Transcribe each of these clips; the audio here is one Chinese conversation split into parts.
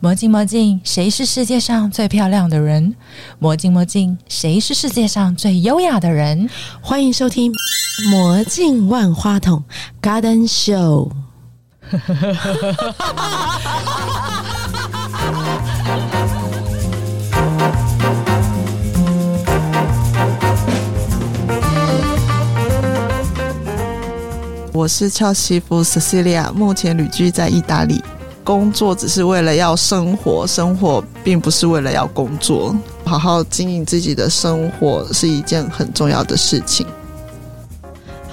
魔镜魔镜，谁是世界上最漂亮的人？魔镜魔镜，谁是世界上最优雅的人？欢迎收听《魔镜万花筒》Garden Show。我是俏媳妇 Cecilia，目前旅居在意大利，工作只是为了要生活，生活并不是为了要工作。好好经营自己的生活是一件很重要的事情。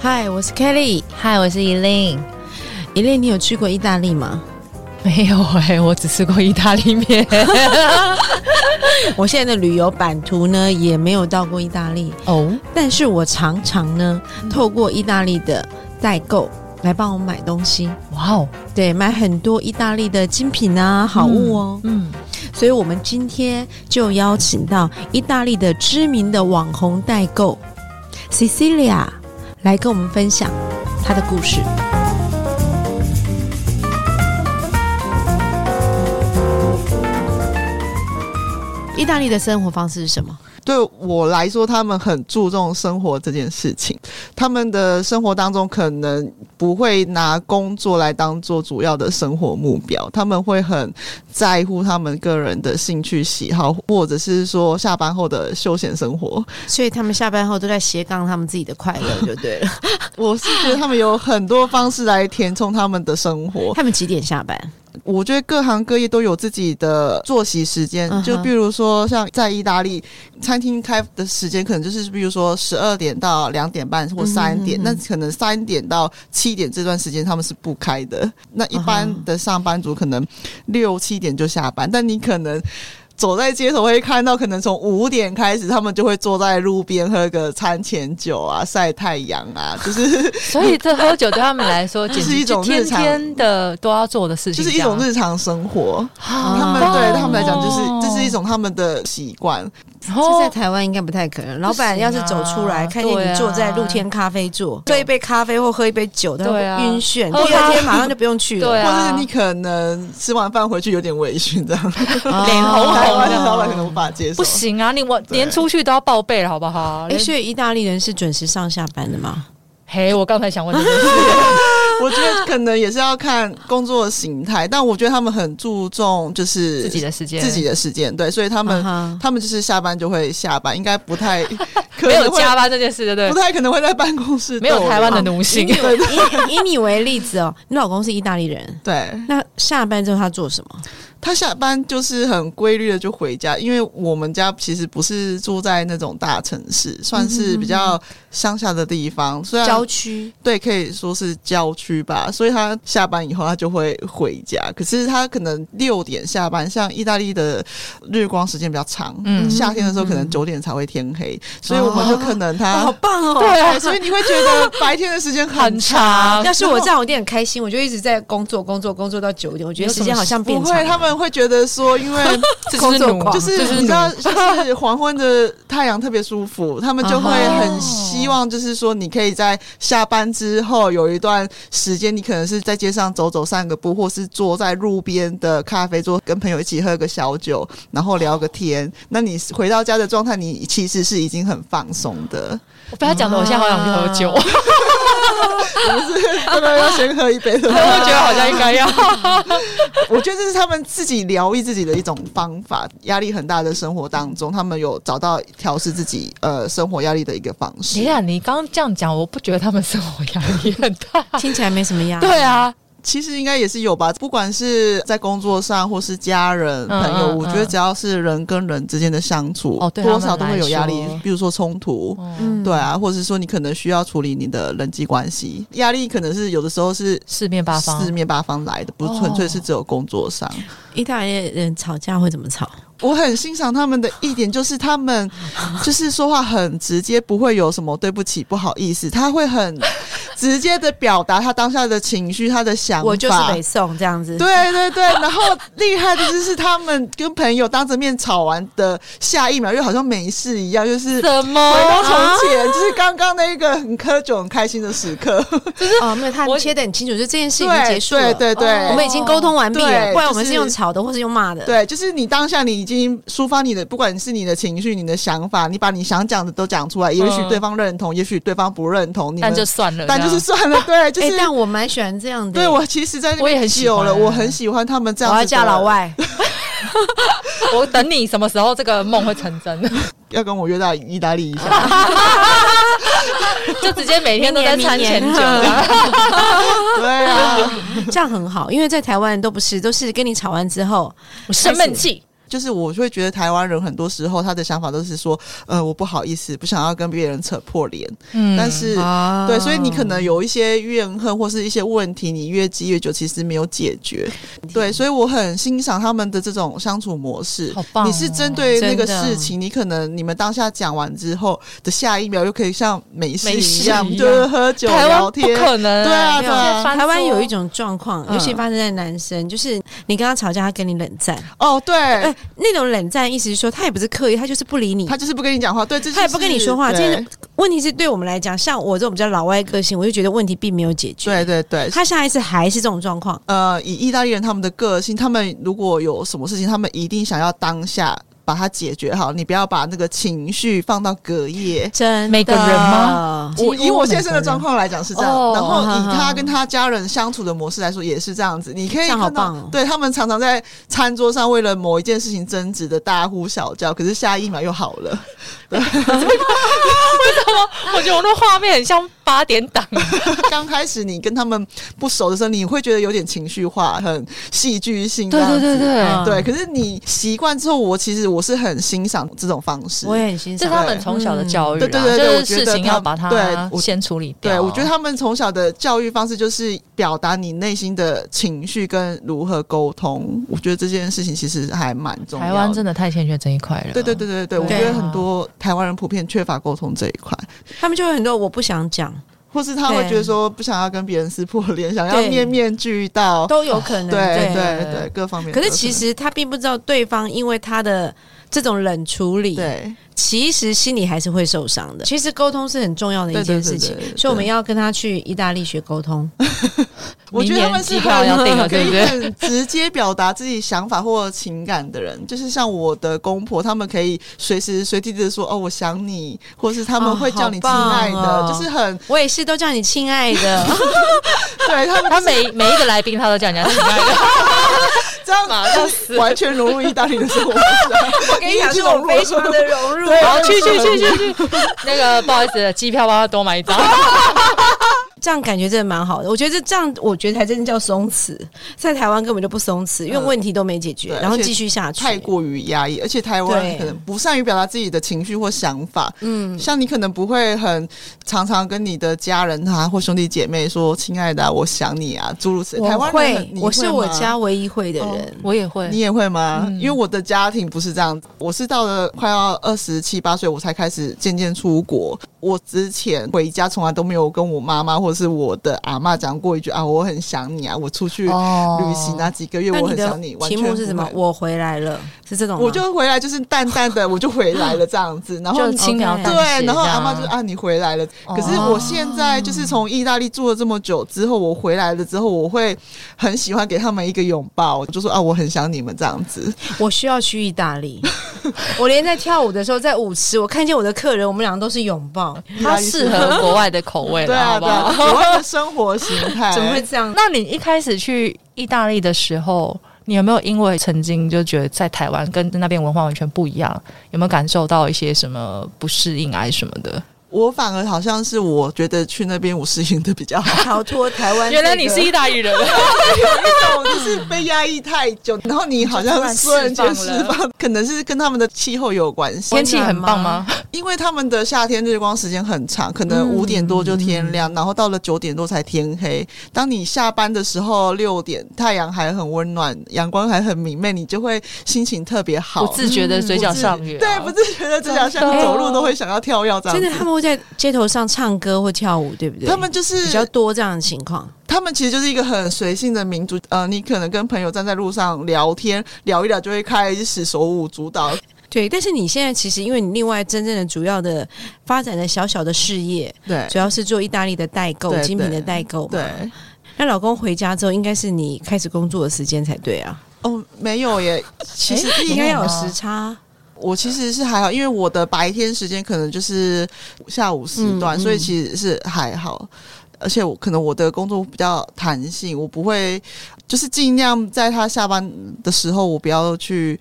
嗨，我是 Kelly。嗨，我是依令。一类，你有去过意大利吗？没有哎、我只吃过意大利 面。我现在的旅游版图呢，也没有到过意大利，哦，但是我常常呢，透过意大利的代购来帮我买东西，哇哦，对，买很多意大利的精品啊、好物哦。嗯，所以我们今天就邀请到意大利的知名的网红代购 Cecilia 来跟我们分享她的故事。意大利的生活方式是什么？对我来说，他们很注重生活这件事情。他们的生活当中可能不会拿工作来当做主要的生活目标，他们会很在乎他们个人的兴趣喜好，或者是说下班后的休闲生活。所以他们下班后都在斜杠他们自己的快乐，就对了。 我是觉得他们有很多方式来填充他们的生活。他们几点下班？我觉得各行各业都有自己的作息时间嗯哼就比如说像在意大利，餐厅开的时间可能就是比如说十二点到两点半或三点，嗯哼那可能三点到七点这段时间他们是不开的。那一般的上班族可能六七点就下班，但你可能。走在街头会看到，可能从五点开始，他们就会坐在路边喝个餐前酒啊，晒太阳啊，就是所以这喝酒对他们来说，简 是直就一种天日常天的都要做的事情，就是一种这样日常生活。啊他们哦对他们来讲，就是这是一种他们的习惯。然这后在台湾应该哦不太可能。老板要是走出来，看见对你啊坐在露天咖啡座，啊喝一杯咖啡或喝一杯酒，他会对啊晕眩，喝第二咖天马上就不用去了。 对或者是啊你，可能吃完饭回去有点微醺这样，啊脸红红 台湾的的老板可能无法接受哦不。行啊，你我连出去都要报备了，好不好？哎，连所以意大利人是准时上下班的吗？嘿，我刚才想问 你，我觉得可能也是要看工作形态，但我觉得他们很注重就是自己的时间自己的时间，对，所以他们、啊哈他们就是下班就会下班，应该不 太可没有能会加班这件事，对不对不？太可能会在办公室没有逗台湾的留啊奴性以，你以你为例子哦，你老公是意大利人，对。那下班之后他做什么？他下班就是很规律的就回家，因为我们家其实不是住在那种大城市，算是比嗯较乡下的地方，虽然郊区对，可以说是郊区吧。所以他下班以后，他就会回家。可是他可能六点下班，像意大利的日光时间比较长，嗯夏天的时候可能九点才会天黑，所以我们就可能哦他、好棒哦！对啊，所以你会觉得白天的时间很很长，要是我这样，我一定很开心，我就一直在工作，工作，工作到九点，我觉得时间好像不变长会，他了。们会觉得说，因为这就工是作奴，狂就是这就是你知奴道，就是黄昏的太阳特别舒服，他们就会很希望，就是说你可以在下班之后有一段时间，你可能是在街上走走、散个步，或是坐在路边的咖啡桌跟朋友一起喝个小酒，然后聊个天。那你回到家的状态，你其实是已经很放松的，我被他讲的，我现在好想去喝酒，要不要要先喝一杯的我觉得好像应 该要。我觉得这是他们自己疗愈自己的一种方法。压力很大的生活当中，他们有找到调试自己呃生活压力的一个方式等一。下，你刚刚这样讲，我不觉得他们生活压力很大。听起来没什么压力。对啊，其实应该也是有吧，不管是在工作上，或是家人、嗯朋友，嗯我觉得只要是人跟人之间的相处，哦对多少都会有压力他们来说，比如说冲突。嗯，嗯对，啊，或者是说你可能需要处理你的人际关系，压力可能是有的时候是四面八方四，面八方来的，不哦纯粹是只有工作上。意大利人吵架会怎么吵？我很欣赏他们的一点就是 他们就是说话很直接，不会有什么对不起、不好意思，他会很直接的表达他当下的情绪，他的想法。我就是北宋这样子。对对对，然后厉害的就是他们跟朋友当着面吵完的下一秒，又好像没事一样，就是回怎么？到从前，就是刚刚那一个很喝酒、很开心的时刻。哦，没有，他我切的很清楚，就这件事已经对结束了。哦对对对，我们已经沟通完毕了，对不然我们就是是用吵的，或是用骂的。对，就是你当下你已经抒发你的，不管是你的情绪、你的想法，你把你想讲的都讲出来，也许嗯对方认同，也许对方不认同，你但们就算了，但就是算 了，对，就哎，是。但我蛮喜欢这样的。对，我其实，在那我也边很喜久了，欢啊我很喜欢他们这样我子。要嫁老，外， 这样我等你什么时候这个梦会成真，要跟我约到意大利一 下。就直接每天都在餐前明酒年明啊。对啊，这样很好，因为在台湾都不是，都是跟你吵完之后，我生闷气，就是我会觉得台湾人很多时候他的想法都是说，呃，我不好意思，不想要跟别人扯破脸。嗯但是，啊对，所以你可能有一些怨恨或是一些问题，你越积越久，其实没有解决。嗯对，所以我很欣赏他们的这种相处模式。好棒哦你是针对那个真的事情，你可能你们当下讲完之后的下一秒，又可以像没事没事一样，一样就是喝酒台聊湾不天。可能，对啊没有对啊台湾有一种状况，嗯尤其发生在男生，就是你跟他吵架，他跟你冷战，哦，哎、对，那种冷战意思是说他也不是刻意，他就是不理你。他就是不跟你讲话，对，这就是他也不跟你说话这对是问题是对我们来讲，像我这种比较老外个性，我就觉得问题并没有解决。对对对，他下一次还是这种状况，呃，以意大利人他们的个性，他们如果有什么事情，他们一定想要当下把它解决好，你不要把那个情绪放到隔夜。真的每个人吗？我几乎以我先每生个的人状况来讲是这样，哦然后以哈哈他跟他家人相处的模式来说也是这样子。你可以这样好看到，棒哦对他们常常在餐桌上为了某一件事情争执的大呼小叫，可是下一秒又好 了。我觉得我那画面很像八点档，刚开始你跟他们不熟的时候，你会觉得有点情绪化，很戏剧性这对样子。对对对，嗯对，可是你习惯之后，我其实我是很欣赏这种方式。我也很欣这赏是他们从小的教育啊，嗯对对对对就我是觉得事情要他把它对我先处理掉。啊对，我觉得他们从小的教育方式就是表达你内心的情绪跟如何沟通。我觉得这件事情其实还蛮重要的。台湾真的太欠缺这一块了。对对对对对，我对啊觉得很多台湾人普遍缺乏沟通这一块，他们就有很多我不想讲，或是他会对觉得说不想要跟别人撕破脸，想要对面面俱到。都有可能。对哦对对对，各方面都可有可是能。其实他并不知道对方因为他的这种冷处理，对其实心里还是会受伤的。其实沟通是很重要的一对对件对事情对，对所以我们要跟他去意大利学沟通。我觉得他们是明年计划要定了很可对不以对很直接表达自己想法或情感的人，就是像我的公婆，他们可以随时随地的说哦，我想你，或是他们会叫你亲爱的，哦好棒哦就是很我也是都叫你亲爱的，对他们他每 每一个来宾，他都叫人家亲爱的，这样马上死完全融入意大利的 生活。我跟你 讲，是我非常的融入。然后去去去去去， 那个不好意思，机票帮他多买一张。这样感觉真的蛮好的。我觉得这样，我觉得才真的叫松弛。在台湾根本就不松弛，因为问题都没解决，对然后而且继续下去。太过于压抑，而且台湾对人可能不善于表达自己的情绪或想法。嗯，像你可能不会很常常跟你的家人啊或兄弟姐妹说“亲爱的啊、我想你啊”，诸如此类。台我湾人会很，你我是我吗哦家唯一会的人。 我也会你也会吗？嗯因为我的家庭不是这样，我是到了快要二十七八岁，我才开始渐渐出国。我之前回家从来都没有跟我妈妈或是我的阿妈讲过一句啊，我很想你啊，我出去哦旅行啊、几个月，那我你很的想你。完题全目是什么不？会我回来了，是嗯这种吗。我就回来，就是淡淡的，我就回来了这样 子，然后嗯就轻描淡写对，然后这样阿妈就啊，你回来了。哦可是我现在就是从意大利住了这么久之后，我回来了之后，我会很喜欢给他们一个拥抱，我就说啊，我很想你们这样子。我需要去意大 利。我连在跳舞的时候，在舞池，我看见我的客人，我们两个都是拥抱，他适合国外的口味对了，啊，好不对啊，好？国外的生活形 态怎么会这 样？，那你一开始去意大利的时候，你有没有因为曾经就觉得在台湾跟那边文化完全不一样，有没有感受到一些什么不适应啊什么的？我反而好像是我觉得去那边我适应的比较好逃脱台湾这个、原来你是意大利人，有一种就是被压抑太久，然后你好像瞬间就突释然释放，可能是跟他们的气候有关系天。气很棒吗？ 因为他们的夏天日光时间很长，可嗯能五点多就天亮，然后到了九点多才天黑。当你下班的时候，六点太阳还很温暖，阳光还很明媚，你就会心情特别好。嗯不自觉的嘴角不自上扬，对，不自觉的嘴角真上的走路都会想要跳跃这样真子。的，他们会在街头上唱歌或跳舞，对不对？他们就是比较多这样的情况。他们其实就是一个很随性的民族，呃，你可能跟朋友站在路上聊天，聊一聊就会开始手舞足蹈。对，但是你现在其实因为你另外真正的主要的发展的小小的事业，对主要是做意大利的代购、对精品的代购嘛。对，那老公回家之后，应该是你开始工作的时间才对啊，哦，没 有耶，其实应应该该要有有。时差。我其实是还好，因为我的白天时间可能就是下午时段，嗯嗯所以其实是还好。而且我可能我的工作比较弹性，我不会就是尽量在他下班的时候，我不要去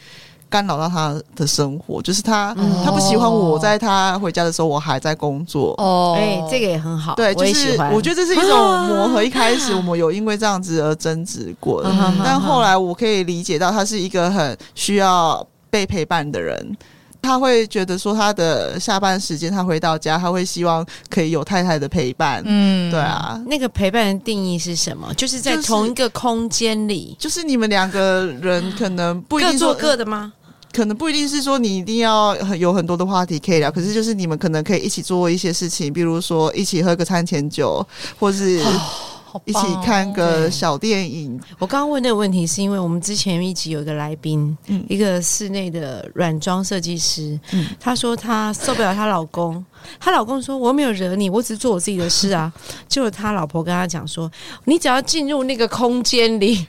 干扰到他的生活。就是他、嗯他不喜欢我在他回家的时候，我还在工作。哦，哎、这个也很好，对，就我也是喜欢。我觉得这是一种磨 合。一开始我们有因为这样子而争执过的，嗯哼哼但后来我可以理解到他是一个很需要被陪伴的人。他会觉得说，他的下班时间他回到家，他会希望可以有太太的陪伴。嗯对，啊，那个陪伴的定义是什么？就是在就是同一个空间里，就是你们两个人可能不一各定做说各的吗？可能不一定是说你一定要很有很多的话题可以聊，可是就是你们可能可以一起做一些事情，比如说一起喝个餐前酒，或是好棒哦一起看个小电影。我刚刚问那个问题，是因为我们之前一集有一个来宾，嗯一个室内的软装设计师，嗯她说她受不了她老 公，她老公说我没有惹你，我只是做我自己的事 啊。结果她老婆跟她讲说，你只要进入那个空间 里，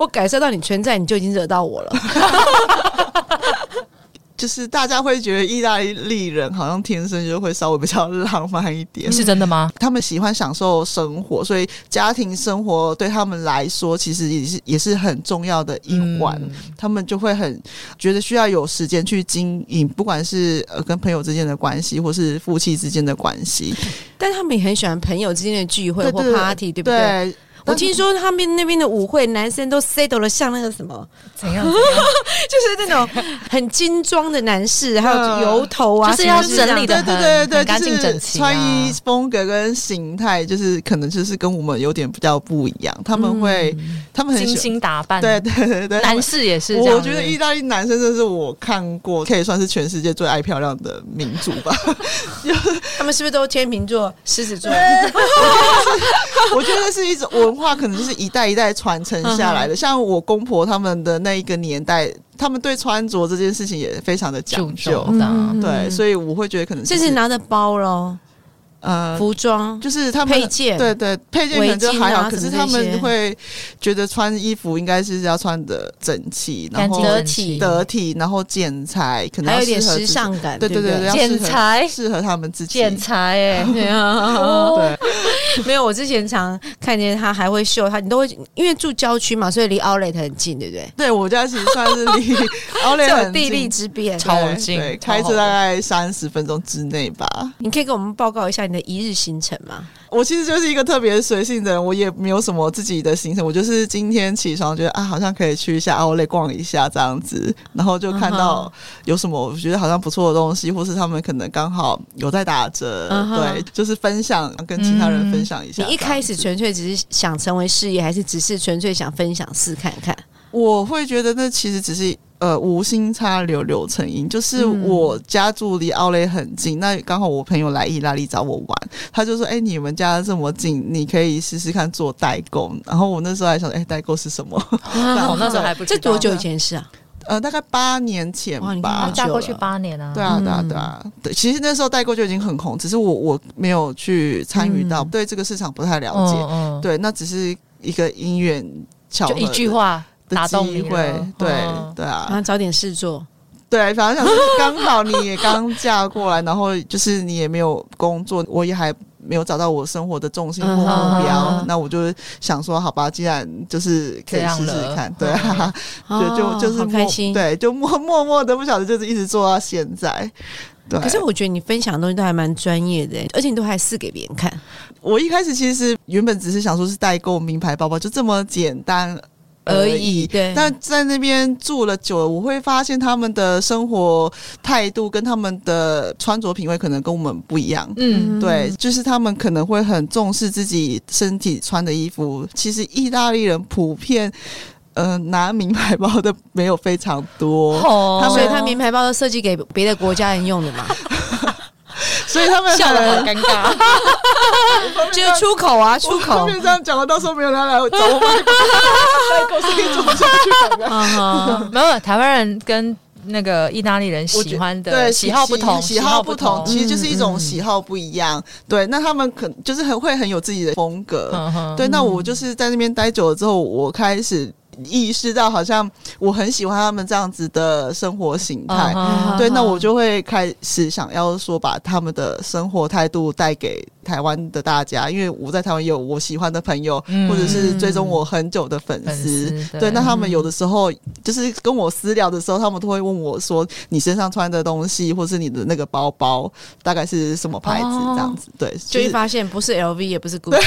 我感受到你存在，你就已经惹到我了。 就是大家会觉得意大利人好像天生就会稍微比较 浪漫一点，是真的吗？他们喜欢享受生活，所以家庭生活对他们来说其实也是也是很重要的一环。嗯他们就会很觉得需要有时间去经营，不管是呃跟朋友之间的关系，或是夫妻之间的关系，但他们也很喜欢朋友之间的聚会或 party，对不对？对，我听说他们那边的舞会，男生都 settle 了，像那个什么，怎样？就是那种 很精装的男士，还有嗯油头啊，就是要什么之类整理得的对很对对对很干净就是整齐啊穿衣风格跟形态就是可能就是跟我们有点比较不一样，他们会、他们很嗯精喜欢，心打扮，对对对对，男士也是这样。我觉得意大利男生真的是我看过可以算是全世界最爱漂亮的民族吧。 他们是不是都天秤座、狮子座？我觉得是一种文化，可能就是一代一代传承下嗯来的。像我公婆他们的那一个年代，他们对穿着这件事情也非常的注讲究。重的啊，嗯对，所以我会觉得可能、就甚是、至拿着包喽、呃，服装，就是他们配件对对，配件可能就还围巾好，啊可是什么他这些们会觉得穿衣服应该是要穿的整齐，然干净后得整体齐得体，然后剪裁，可能还要有一点适合自时己。尚感，对对对不对对，要剪适合裁适合他们自己。剪裁哎， 对啊，哦对，没有，我之前常看见他还会秀他，你都会因为住郊区嘛，所以离 Outlet 很近，对不对？对我家其实算是 离奥这莱有很地利近之便。超对近对，超开好车大的概三十分钟之内吧。你可以给我们报告一下你的一日行程吗？我其实就是一个特别随性的人，我也没有什么自己的行程，我就是今天起床觉得啊，好像可以去一下奥莱逛一下这样子，然后就看嗯到有什么我觉得好像不错的东西，或是他们可能刚好有在打折，嗯哼嗯对，就是分享跟其他人分享一你下这样子。一开始纯粹只是想成为事业，还是只是纯粹想分享试看看？我会觉得那其实只是呃无心插柳柳成荫，就是嗯我家住离奥雷很近，那刚好我朋友来意大利找我玩，他就说：“哎、你们家这么近，你可以试试看做代购。”然后我那时候还想：“哎、代购是什么 我那时候还不知这道多久以前是啊？？”呃，大概八年前哇你看吧好啊，。久嫁过了去八年啊，对啊，嗯对啊，对啊，对，其实那时候代购就已经很红，只是我我没有去参与到，嗯对这个市场不太了解。嗯，嗯，对，那只是一个因缘巧合就的，一句话打的动机你会了，对嗯对啊然，后找点事做，对，反正想说刚好你也刚嫁过来，然后就是你也没有工作，我也还没有找到我生活的重心或目嗯标哼，那我就想说，好吧，既然就是可以试试看，这 对样啊，就哦就就是好默开心。对，就默默默的不晓得就是一直做到现在。对，可是我觉得你分享的东西都还蛮专业的，而且你都还试给别人看。我一开始其实原本只是想说是代购名牌包包，就这么简单。而而已已，对呃哦但在那边住了久了，我会发现他们的生活态度跟他们的穿着品味可能跟我们不一样。嗯，对，就是他们可能会很重视自己身体穿的衣服。其实意大利人普遍，呃，拿名牌包的没有非常多。哦他们 所以他名牌包都设计给别的国家人用的嘛。所以他们笑得很好尴 尬。就是出口啊，出后口。面这样讲了，到时候没有人来找我们，公司可以做不下去了。啊没有台湾人跟那个意大利人我觉喜欢的对喜好不同，喜好不同，嗯其实就是一种嗯喜好不一样。对，那他们可就是很会很有自己的风格。嗯哼对，那我就是在那边待久了之后，我开始意识到，好像我很喜欢他们这样子的生活形态。嗯哼对，那我就会开始想要说，把他们的生活态度带给台湾的大家，因为我在台湾也有我喜欢的朋友，嗯或者是追踪我很久的粉粉丝。丝对，那他们有的时候就是跟我私聊的时候，他们都会问我说：“你身上穿的东西，或是你的那个包包，大概是什么牌子？”哦这样子，对，就一是发现不是 LV 也 不是 GUCCI，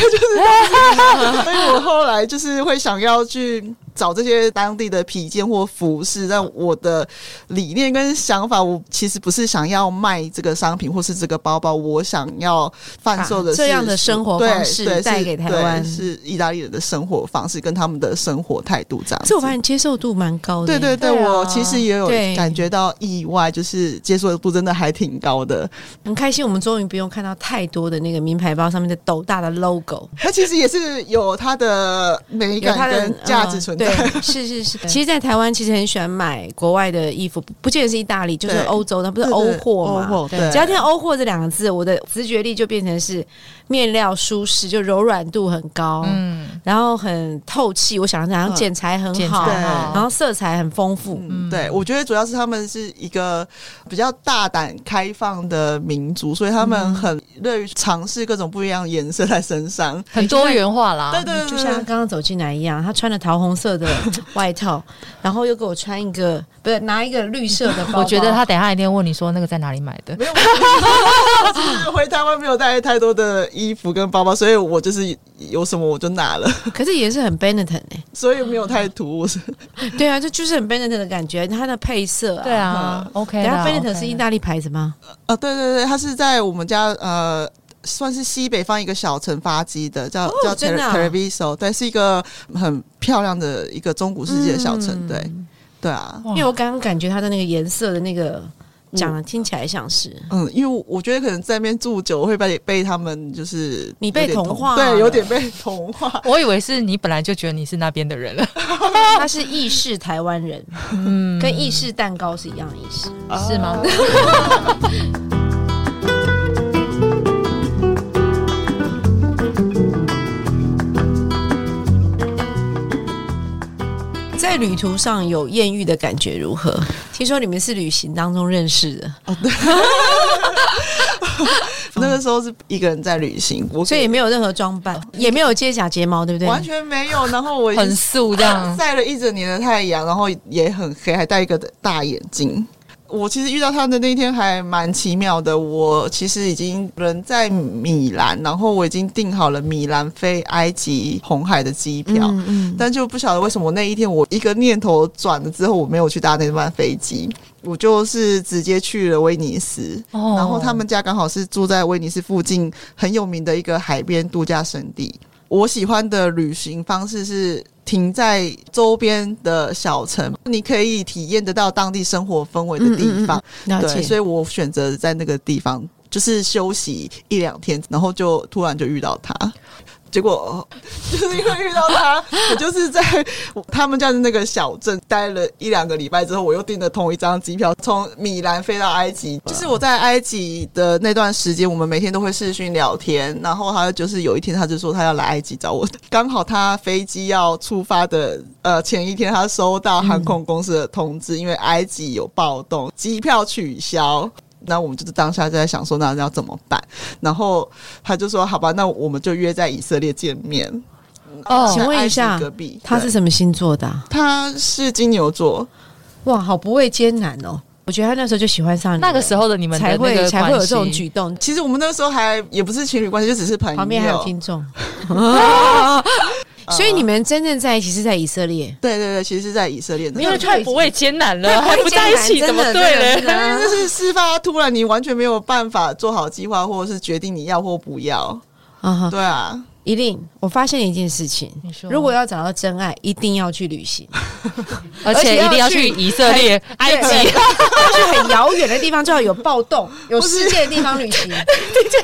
所以我后来就是会想要去找这些当地的皮件或服饰，但我的理念跟想法，我其实不是想要卖这个商品或是这个包包，我想要贩售把的是这样的生活对方式对是带给台湾对是意大利人的生活方式跟他们的生活态度这样子这我。发现接受度蛮高的。对对对，对啊我其实也有对感觉到意外，就是接受度真的还挺高的。很开心，我们终于不用看到太多的那个名牌包上面的斗大的 logo，它其实也是有它的美有它感的跟价值存嗯在。对，是是是。其实，在台湾其实很喜欢买国外的衣服，不不见得是意大利，就是对欧洲，它不对是对欧货嘛。欧货对，只要听到“欧货”这两个字，我的直觉力就变成是面料舒适，就柔软度很高，嗯，然后很透气。我想想，嗯剪裁很剪好，裁好然后色彩很丰富。嗯，对，我觉得主要是他们是一个比较大胆开放的民族，所以他们很乐于尝试各种不一样的颜色在身上。很多元化啦。对对就对像他对，刚刚走进来一样，他穿了桃红 色的外套，然后又给我穿一个，不是拿一个绿色的包包。 我觉得他等一下一定问你说那个在哪里买的，没有，我 只是回台湾没有带太多的衣服跟包包，所以我就是有什么我就拿了， 可是也是很 Benetton 哎、所以没有太突兀。对啊，这就是很 Benetton 的感觉，它的配色啊。对啊，OK 等一啦。下 Benetton OK 是意大利牌子吗？啊，对对对，它是在我们家呃。算是西北方一个小城发迹的，叫、哦叫 t e 真 r 的 e 啊 v i s o 对，是一个很漂亮的一个中古世界的小城，嗯对对啊，哇因为我刚刚感觉它的那个颜色的那个讲的听起来像是。嗯，因为我我觉得可能在那边住久，会被被他们就是你被有点同化了对，有点被同化。我以为是你本来就觉得你是那边的人了， 他是意式台湾人，嗯，跟意式蛋糕是一样的意式。 是吗？在旅途上有艳遇的感觉如何？听说你们是旅行当中认识的， 那个时候是一个人在旅行，我所以也没有任何装扮，也没有接假睫毛，对不对？完全没有。然后我已很经素这样。 晒了一整年的太阳，然后也很黑，还戴一个大眼镜。我其实遇到他的那一天还蛮奇妙的。我其实已经人在米兰，然后我已经订好了米兰飞埃及红海的机票。嗯嗯，但就不晓得为什么那一天我一个念头转了之后，我没有去搭那班飞机，我就是直接去了威尼斯。哦然后他们家刚好是住在威尼斯附近很有名的一个海边度假胜地。我喜欢的旅行方式是停在周边的小城，你可以体验得到当地生活氛围的地方。嗯了对，所解。以我选择在那个地方就是休息一两天，然后就突然就遇到他。结果 就是因为遇到 他，我就是在他们家的那个小镇待了一两个礼拜之后，我又订了同一张机票，从米兰飞到埃及。就是我在埃及的那段时间，我们每天都会视讯聊天。然后他就是有一天，他就说他要来埃及找我，刚好他飞机要出发的呃前一天，他收到航空公司的通知，因为埃及有暴动，机票取消。那我们就是当下就在想说，那要怎么办？然后他就说：“好吧，那我们就约在以色列见面。”哦请问一下在埃及隔壁他对是什么星座的啊、他是金牛座，哇，好不畏艰难哦！我觉得他那时候就喜欢上你了，那个时候的你们的才那会个才会有这种关系举动。其实我们那时候还也不是情侣关系，就只是朋友。旁边还有 听众，所以你们真正在一起是在以色 列，对对对，其实是在以色列的，没有因太不畏艰难了，还不在一 起怎么对哦真的真嘞？的 为这是事发突然，你完全没有办法做好计划，或者是决定你要或不要。啊哈！对啊，一定，我发现了一件事情。你说，如果要找到真爱，一定要去旅行， 而而且且一定要要去去以色列、埃及，去很遥远的地方，就要有暴动、有世界的地方旅 行，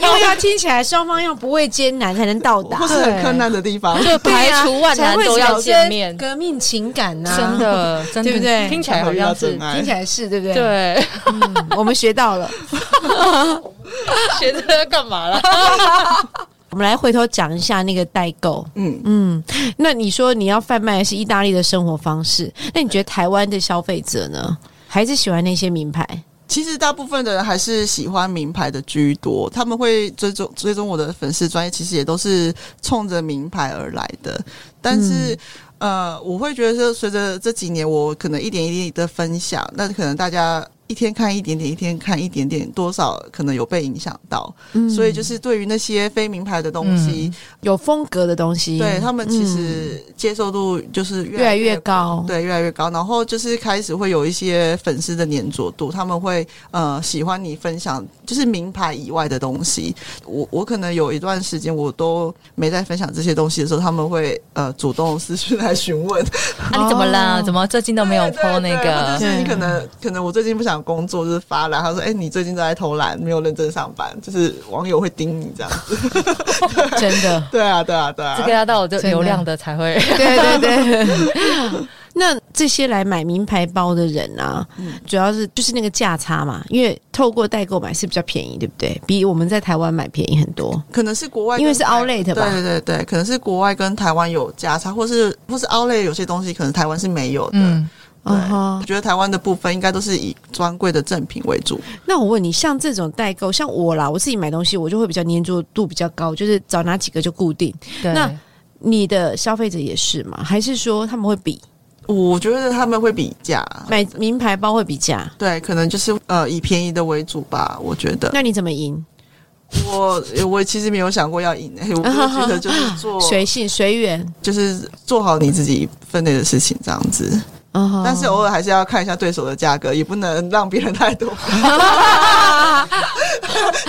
因为要听起来双方要不畏艰难才能 到达啊或，是很困难的地方。就排啊除万才难会都要产见生面，革命情感呐、真，的，真的，对不对听起来好像是真，爱听起来是对不对？，对，嗯，我们学到了。学这个干嘛啦？我们来回头讲一下那个代购。嗯，嗯，那你说你要贩卖的是意大利的生活方式，那你觉得台湾的消费者呢，还是喜欢那些名牌？其实大部分的人还是喜欢名牌的居多，他们会追踪追踪我的粉丝专业，其实也都是冲着名牌而来的。但是，嗯呃，我会觉得说，随着这几年我可能一点一滴的分享，那可能大家。一天看一点点，一天看一点点，多少可能有被影响到，嗯，所以就是对于那些非名牌的东西，有风格的东西，对他们其嗯实接受度就是越越来越哦高。对，越来越高。然后就是开始会有一些粉丝的粘着度，他们会呃喜欢你分享就是名牌以外的东西。我我可能有一段时间我都没在分享这些东西的时候，他们会呃主动私讯来询问， 啊，你怎么啦？怎么最 近都没有 PO 那对对对或者个？嗯是你对可能可能我最近不想工作，就是发懒，他说哎、你最近都在偷懒，没有认真上班，就是网友会盯你这样子。，真的对啊，对啊，对啊。这个要到我这真的流量的才会。对对对。 那这些来买名牌包的人啊，嗯主要是就是那个价差嘛，因为透过代购买是比较便宜，对不对？比我们在台湾买便宜很多。可能是国外跟台，因为是 outlet 吧对对对，可能是国外跟台湾有价差，或是或是 outlet 有些东西可能台湾是没有的。嗯，对嗯哼我觉得台湾的部分应该都是以专柜的正品为主。那我问你，像这种代购，像我啦，我自己买东西，我就会比较粘着度比较高，就是找哪几个就固定。对。 那你的消费者也是吗？还是说他们会比我觉得他们会比价，买名牌包会比价？对，可能就是呃以便宜的为主吧。我觉得那你怎么赢？我我其实没有想过要赢、欸，我觉得就是 做随性随缘。就是做好你自己分内的事情这样子。嗯哼但是偶尔还是要看一下对手的价格，也不能让别人 太多，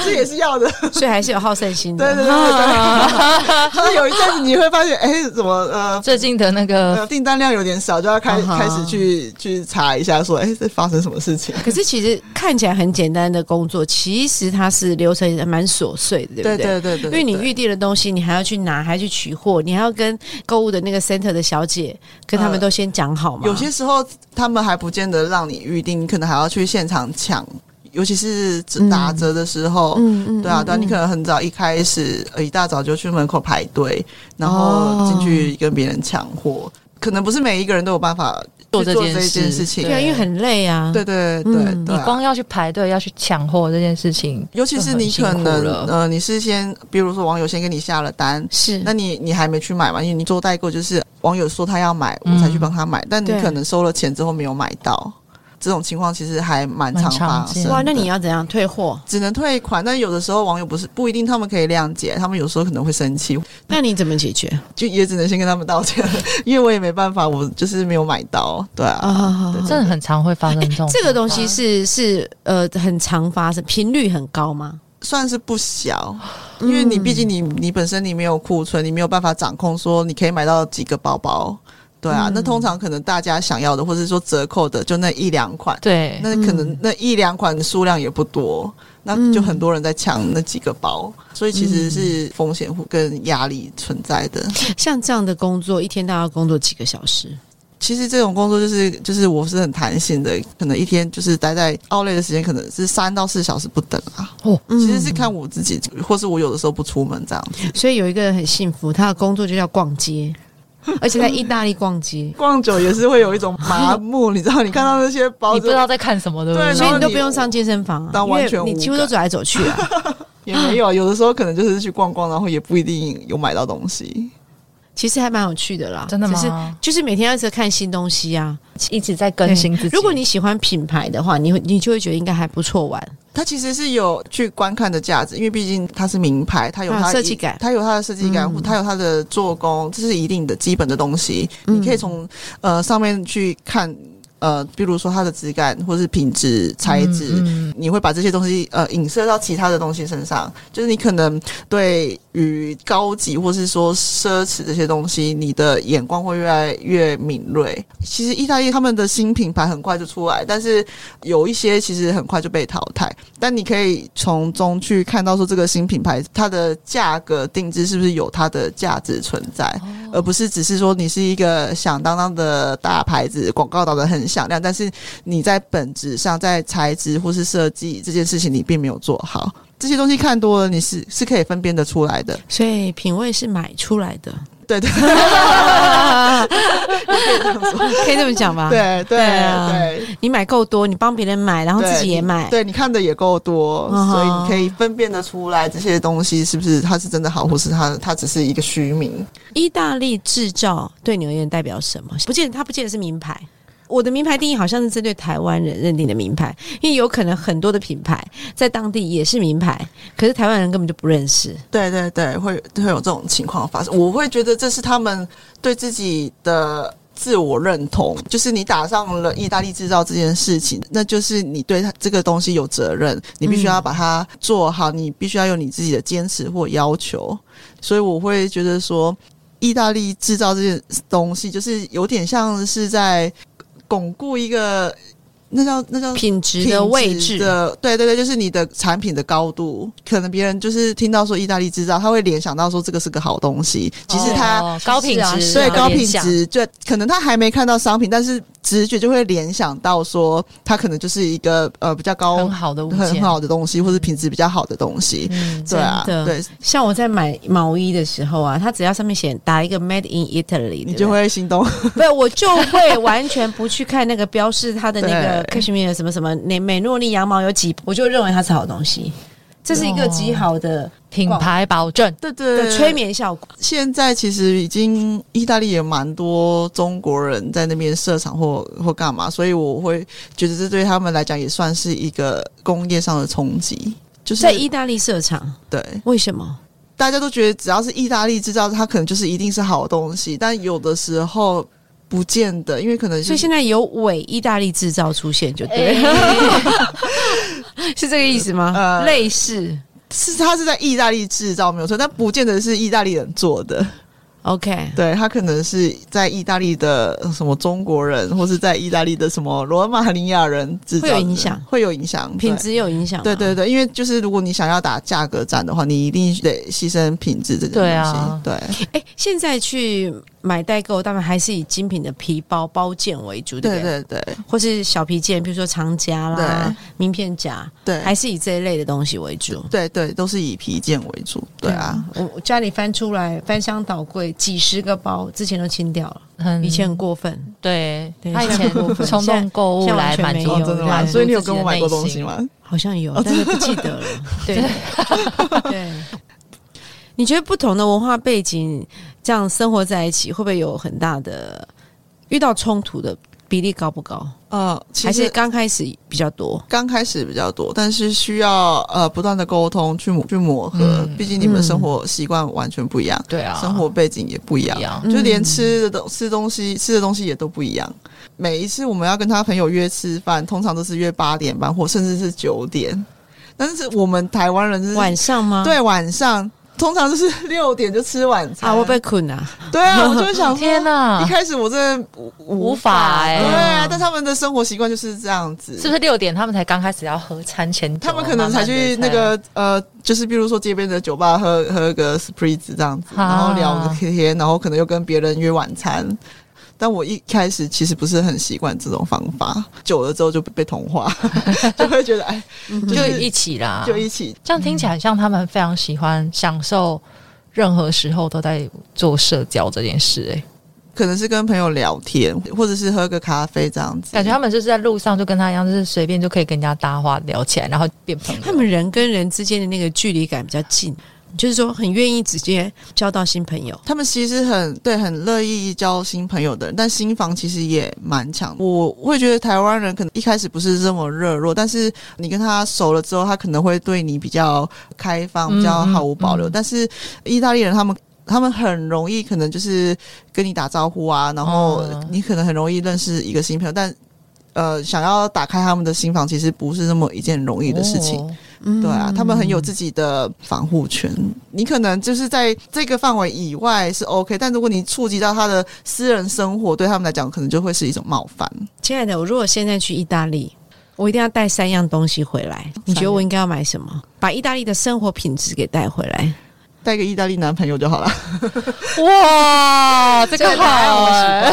这也是要的。所以还是有好胜 心对的。对对对对，就是有一阵子你会发现，哎、怎么呃。最近的那个呃，订单量有点少，就要开、啊哈开始去去查一下，说，哎、这发生什么事情？可是其实看起来很简单的工作，其实它是流程也蛮琐碎的，对不对？对对因为你预定的东西，你还要去拿，还要去取货，你还要跟购物的那个 center 的小姐跟他们呃都先讲好嘛。有些时候嗯他们还不见得让你预定，你可能还要去现场抢，尤其是只打折的时候。嗯嗯对啊，对啊，你可能很早一开始，呃，一大早就去门口排队，然后进去跟别人抢货，可能不是每一个人都有办法做去这做件这事件事情。对啊，因为很累啊。对对对嗯对你啊光要去排队、要去抢货这件事情，尤其是你就很辛可苦能了呃，你是先，比如说网友先给你下了单，是那你你还没去买嘛？因为你做代购就是网友说他要买，我嗯才去帮他买，但你对可能收了钱之后没有买到，这种情况其实还蛮常发蛮常生见的。哇，那你要怎样退货？只能退款，但有的时候网友不是不一定他们可以谅解，他们有时候可能会生气，那你怎么解决？就也只能先跟他们道歉，因为我也没办法，我就是没有买到，对啊。啊，对真的很常会发生这种。哎这个东西是是呃很常发生，频率很高吗？算是不小，因为你毕竟你你本身你没有库存，你没有办法掌控说你可以买到几个包包，对啊，那通常可能大家想要的或者说折扣的就那一两款，对，那可能那一两款数量也不多，那就很多人在抢那几个包，所以其实是风险跟压力存在的。像这样的工作，一天大概要工作几个小时？其实这种工作就是就是我是很弹性的，可能一天就是待在奥累的时间可能是三到四小时不等啊。哦嗯其实是看我自己，或是我有的时候不出门这样子。，所以有一个人很幸福，他的工作就叫逛街，而且在意大利逛街逛久也是会有一种麻木，你知 道，你看到那些包你不子知道在看什么，对不对对？所以你然后都你不用上健身房啊，但因完为全你无几乎都感走来走去啊。 也没 有，有的时候可能就是去逛逛，然后也不一定有买到东西。其实还蛮有趣的啦，真的只是吗？就是每天要一直看新东西啊，一直在更新自己。如果你喜欢品牌的话，你会你就会觉得应该还不错玩。它其实是有去观看的价值，因为毕竟它是名牌，它有它有它设一计感它有它啊的设计感，嗯它有它的做工，这是一定的基本的东西。你可以从呃上面去看，呃，比如说它的质感或是品质、材质，嗯嗯你会把这些东西呃影射到其他的东西身上，就是你可能对于高级或是说奢侈这些东西，你的眼光会越来越敏锐。其实意大利他们的新品牌很快就出来，但是有一些其实很快就被淘汰。但你可以从中去看到说这个新品牌它的价格定制是不是有它的价值存在，而不是只是说你是一个响当当的大牌子，广告打的很响亮，但是你在本质上在材质或是设计这件事情你并没有做好。这些东西看多了，你是是可以分辨得出来 的。所以品味是买出来 的， 对对可以这么讲吧？，对对啊对你买够多，你帮别人买，然后对，自己也买，对，你看的也够多，嗯哼所以你可以分辨得出来这些东西是不是它是真的好，或是它它只是一个虚名。意大利制造对你而言代表什么？不见它不见得是名牌。我的名牌定义好像是针对台湾人认定的名牌，因为有可能很多的品牌在当地也是名牌，可是台湾人根本就不认识。对对对，会会有这种情况发生。我会觉得这是他们对自己的自我认同，就是你打上了意大利制造这件事情，那就是你对它这个东西有责任，你必须要把它做好，你必须要有你自己的坚持或要求。所以我会觉得说，意大利制造这件东西，就是有点像是在巩固一个那叫那叫品质品的位置，质的，对对对，就是你的产品的高度，可能别人就是听到说意大利制造，他会联想到说这个是个好东西，其实它、哦高品是啊质，是啊对有高品，质，就可能他还没看到商品，但是直觉就会联想到说它可能就是一个呃比较高很、好的物很件，很好的东西，或是品质比较好的东西，嗯，对啊，真的对，像我在买毛衣的时候啊，它只要上面写打一个 “Made in Italy”，你就会心动。不，我就会完全不去看那个标示，它的那个 对 cashmere 什么什么，美美诺利羊毛有几，我就认为它是好东西。这是一个极好的品牌保证，对对的催眠效果。现在其实已经意大利也蛮多中国人在那边设厂或或干嘛，所以我会觉得这对他们来讲也算是一个工业上的冲击。就是在意大利设厂，对为什么？大家都觉得只要是意大利制造，它可能就是一定是好东西，但有的时候不见得，因为可能所就以是现在有伪意大利制造出现，就对了， 是这个意思吗？哎呃类似是它是在意大利制造没有错，但不见得是意大利人做的。 ，OK，对他可能是在意大利的呃什么中国人，或是在意大利的什么罗马尼亚人制造的，会有影响会有影响品。对质有影响吗。啊对对对，因为就是如果你想要打价格战的话，你一定得牺牲品质这件东西。对啊对哎，现在去买代购，当然还是以精品的皮包包件为主，对不对对？对对或是小皮件，比如说长夹啦、名片夹，对，还是以这一类的东西为主。对对都是以皮件为主。对啊，，我我家里翻出来翻箱倒柜，几十个包之前都清掉了，嗯很以前很过分。对对，他以前现 在冲动购物现在来完全满没足有哦，真的吗？对所以你有跟我买过东西？吗？好像哦有，但是不记得了。 对对，你觉得不同的文化背景这样生活在一起，会不会有很大的遇到冲突的比例高不高？呃，其还是实刚开始比较多？刚开始比较多，但是需要呃不断的沟通去磨去磨合，嗯毕竟你们生活习惯完全不一样，对啊，生活背景也不一样一。样，就连吃的东吃东西吃的东西也都不一样。每一次我们要跟他朋友约吃饭，通常都是约八点半或甚至是九点，但是我们台湾人就是晚上吗？嗯对啊晚上。通常就是六点就吃晚餐啊，我被困 啊。对啊，我就会想说天哪一开始我真的无无法对哎啊，但他们的生活习惯就是这样子，是不是六点他们才刚开始要喝餐前酒？啊他们可能才去那个呃，就是比如说街边的酒吧喝喝个 spritz 这样子，啊然后聊个天，然后可能又跟别人约晚餐。但我一开始其实不是很习惯这种方法，久了之后就被被同化， 就会觉得哎，慢慢就才是嗯就一起啦，就一起这样听起来像他们非常喜欢享受任何时候都在做社交这件事、欸，可能是跟朋友聊天，或者是喝个咖啡这样子，感觉他们就是在路上就跟他一样，就是随便就可以跟人家搭话聊起来，然后变朋友。他们人跟人之间的那个距离感比较近，就是说很愿意直接交到新朋友。他们其实很对，很乐意交新朋友的人，但新房其实也蛮强。我会觉得台湾人可能一开始不是这么热络，但是你跟他熟了之后，他可能会对你比较开放，比较毫无保嗯留。嗯嗯但是意大利人他们。他们很容易，可能就是跟你打招呼啊，然后嗯你可能很容易认识一个新朋友，但呃，想要打开他们的心房，其实不是那么一件容易的事情。哦嗯对啊，他们很有自己的防护权。你可能就是在这个范围以外是 OK，但如果你触及到他的私人生活，对他们来讲可能就会是一种冒犯。亲爱的，我如果现在去意大利，我一定要带三样东西回来。你觉得我应该要买什么？把意大利的生活品质给带回来。带个意大利男朋友就好了。哇，这这个个答案好我喜哎，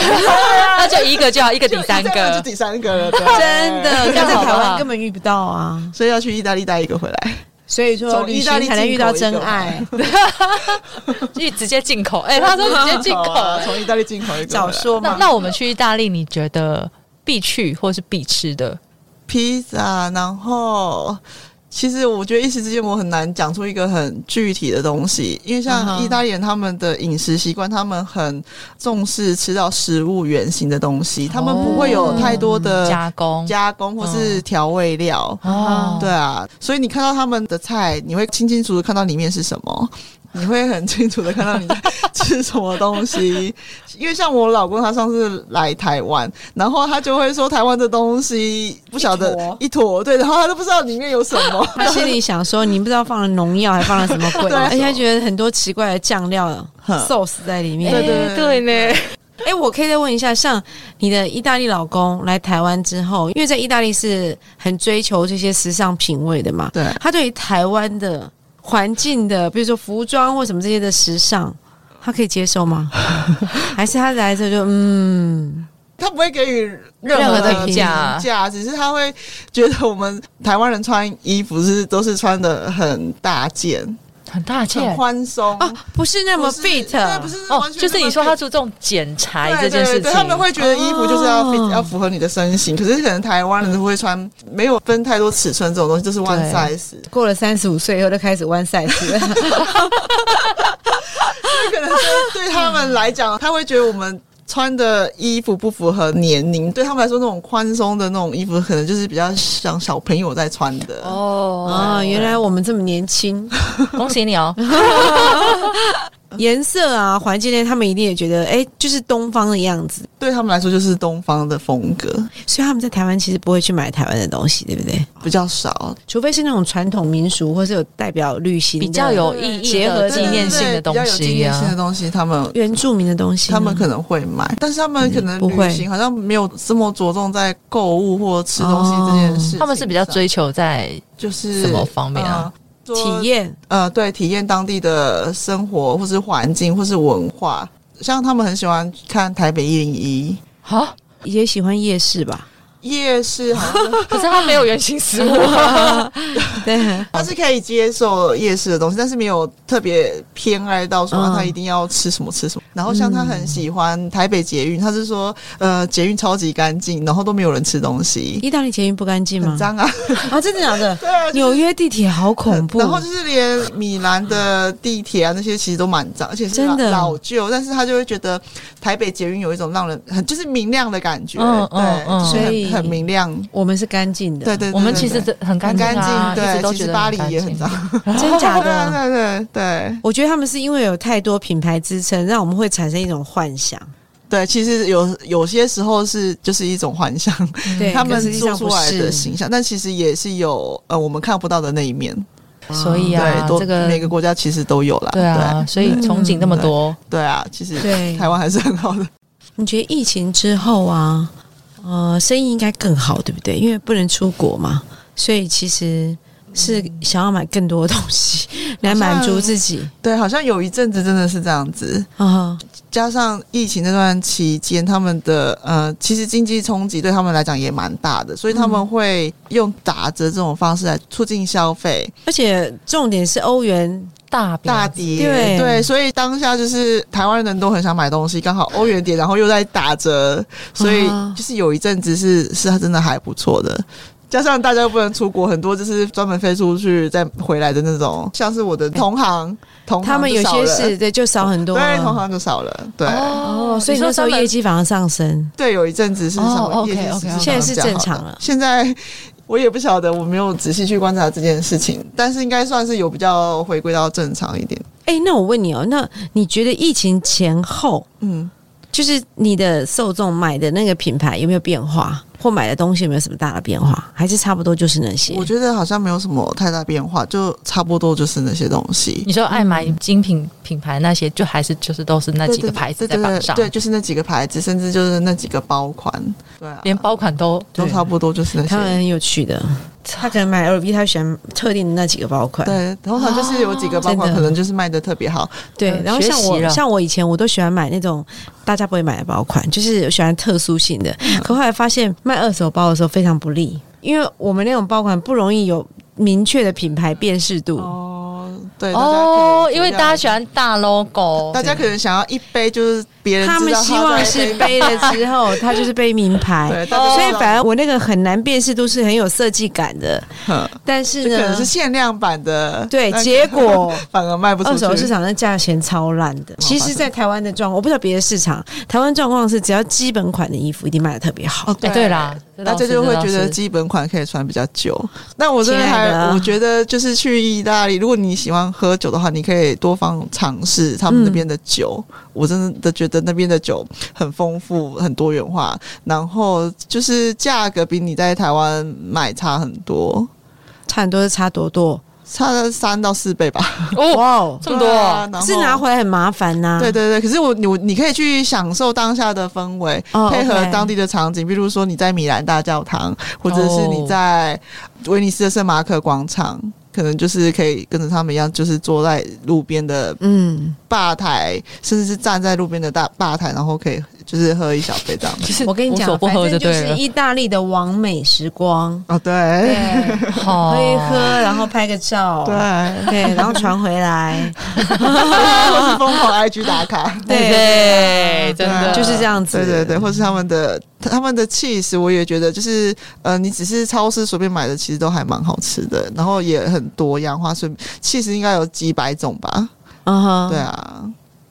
那就一个就好，一个 抵三就一下就个。第三个 了，对真的，呃这样在好不台好湾根本遇不到啊。所以要去意大利带一个回来。所以说，从旅意行大利才能遇到真爱。去直接进口，哎、他说直接进 口、啊从意大利进口一个。早，说那嘛，那我们去意大利，你觉得必去或是必吃的？披萨，然后。其实我觉得一时之间我很难讲出一个很具体的东西，因为嗯哼像意大利人他们的饮食习惯，他们很重视吃到食物原型的东西，他们不会有太多的哦加工加工或是调味料。哦对啊，所以你看到他们的菜，你会清清楚楚看到里面是什么，你会很清楚的看到你在吃什么东西。 因为像我老公，他上次来台湾，然后他就会说台湾的东西不晓得一坨。一坨，对，然后他都不知道里面有什么他心里想说，你不知道放了农药，还放了什么鬼，对而且他觉得很多奇怪的酱料、哼 sauce 在里面。对对哎对呢，哎、我可以再问一下，像你的意大利老公来台湾之后，因为在意大利是很追求这些时尚品味的嘛，对他对于台湾的环境的，比如说服装或什么这些的时尚，他可以接受 吗？还是他来这就嗯，他不会给予任何的评评价价，只是他会觉得我们台湾人穿衣服是都是穿的很大件、很大件很宽松啊，不是那么不是 fit，啊对，不是那么哦完，全就是你那么说 fit 他注重剪裁这对件对事情，对，他们会觉得衣服就是要 fit，、哦要符合你的身形。可是可能台湾人会穿，没有分太多尺寸这种东西，就是 one 对 size。过了三十五岁以后就开始弯赛事了。可能就是对他嗯们来讲，他会觉得我们。穿的衣服不符合年龄，对他们来说，那种宽松的那种衣服，可能就是比较像小朋友在穿的。哦哦，原来我们这么年轻， 恭喜你 哦， 颜色啊，环境类，他们一定也觉得，哎、就是东方的样子，对他们来说，就是东方的风格所以他们在台湾其实不会去买台湾的东西，对不对？比较少，除非是那种传统民俗，或是有代表旅行的比较有意义结合的对对纪对念性的东比较有纪西念性的啊。东西，他们原住民的东西呢，嗯他们可能会买，但是他们可能不会旅行好像没有这么着重在购物或吃东西这件事情上、哦他们是比较追求在就是什么方面啊？呃体验呃，对，体验当地的生活，或是环境，或是文化。像他们很喜欢看台北一零一啊，也喜欢夜市吧？夜市，好像是可是他没有原型食物， 对，他是可以接受夜市的东西，但是没有特别偏爱到说、嗯啊他一定要吃什么吃什么。然后像他很喜欢台北捷运，他是说呃捷运超级干净，然后都没有人吃东西，意大利捷运不干嗯净吗很？脏啊。啊，真的假的？ 对啊，就是纽约地铁好恐怖，然后就是连米兰的地铁啊那些其实都蛮脏，而且是真的老旧，但是他就会觉得台北捷运有一种让人很就是明亮的感觉，嗯对，嗯嗯就是所以很很明亮，我们是干净的，对对对我们对其实对很干很净干啊，净，一直对，都其觉实得巴黎也干很净啊脏， 真假 对啊的。对对对我觉得他们是因为有太多品牌支撑，让我们会产生一种幻想。对，其实有有些时候是就是一种幻 想，对，他们可是实际做上出不来的是形象，但其实也是有呃我们看不到的那一面，所以啊嗯对，，都这个每个国家其实都有啦，对啊，所以憧憬那么多，对啊，其实对台湾还是很好的。你觉得疫情之后啊，呃，生意应该更好，对不对？因为不能出国嘛，所以其实是想要买更多的东西嗯来满足自己对，好像有一阵子真的是这样子，啊。加上疫情那段期间，他们的呃，其实经济冲击对他们来讲也蛮大的，所以他们会用打折这种方式来促进消费，而且重点是欧元，大饼大跌，对所以当下就是台湾人都很想买东西，刚好欧元跌，然后又在打折，所以啊就是有一阵子是是真的还不错的。加上大家又不能出国，很多就是专门飞出去再回来的那种，像是我的同行，同行他们有就少些了是对就少很多啊对，了。同行就少了。对、哦，所以那时候嗯业绩反而上升，对，有一阵子是什哦么，OK，业绩是 OK，OK 上现在是比较好的正常了现在我也不晓得，我没有仔细去观察这件事情，但是应该算是有比较回归到正常一点。哎、那我问你哦，那你觉得疫情前后嗯，就是你的受众买的那个品牌有没有变化，或买的东西有没有什么大的变化，还是差不多就是那些我？觉得好像没有什么太大变化，就差不多就是那些东西。你说爱买精品品牌那些，就还是就是都是那几对个对牌子对在对榜对上，对，就是那几个牌子，甚至就是那几个包款，对啊，连包款都都差不多就是那他们些。很有趣的，他可能买 LV，他喜欢特定的那几个包款。对，通常就是有几个包真款的可能就是卖的特别好，对，嗯然后学像习我了像我以前我都喜欢买那种大家不会买的包款，就是喜欢特殊性的。可后来发现卖二手包的时候非常不利，因为我们那种包款不容易有明确的品牌辨识度。哦，对，大家可以哦，不因为要大家喜欢大 logo，大家可能想要一杯，就是别人他知们道希望在是背杯了之后，它就是背名里，牌， 对，大家哎所知以道反而我那个很难辨识度是很有设计感的。嗯但就是可能呢是，限量版的，对那，结果反而 卖不出去。二手市场的价钱超烂的。其实，在台湾的状况，我不知道别的市场，台湾状况是只要基本款的衣服一定卖的特别好。哦哎对啦，这倒大家是就会觉这倒得是基本款可以穿比较久。但我真的亲爱的还，啊我觉得就是去意大利，如果你喜欢喝酒的话，你可以多方尝试他们那边的酒。我真的觉得那边的酒很丰富、很多元化，然后就是价格比你在台湾买差很多，差很多是差多多，差了三到四倍吧。哦，哇哦，这么多对啊然后是拿回来很麻烦呐、对对对，可是我你我你可以去享受当下的氛围，哦配合 OK 当地的场景，比如说你在米兰大教堂，或者是哦你在威尼斯的圣马可广场，可能就是可以跟着他们一样，就是坐在路边的嗯，吧台，甚至是站在路边的大吧台，然后可以就是喝一小杯这样。就是我跟你无所讲，不反喝正就对是了，意大利的完美时光，哦，对哦好喝一喝，然后拍个照， 对， 对，然后传 回来，或是疯狂 IG 打卡。对对，真的就是这。样子，对对对，或是他们的他们的 cheese，我也觉得就是呃，你只是超市随便买的，其实都还蛮好吃的，然后也很多样化，所以 cheese 应该有几百种吧？嗯哦哼，对啊，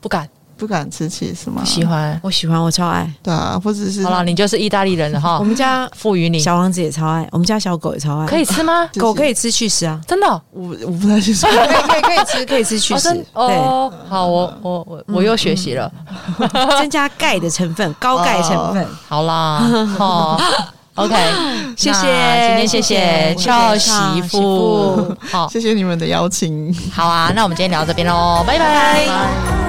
不敢不敢吃 cheese 吗？不喜欢。我喜欢，我超爱，对啊，或者是好了，你就是意大利人了哈我。们家赋哦予你小王子也超爱，我们家小狗也超爱，可以吃 吗？就是狗可以吃去食 啊，真的哦 我我不太清楚。可以可以可以吃可以吃去哦食，真对，嗯哦。好，我我我我又学习了。增加钙的成分，高钙成分，好啦， 哦，OK，谢谢那今天谢谢谢谢俏媳俏媳妇妇，好 谢谢你们的邀请。好啊，那我们今天聊到这边喽，拜拜。拜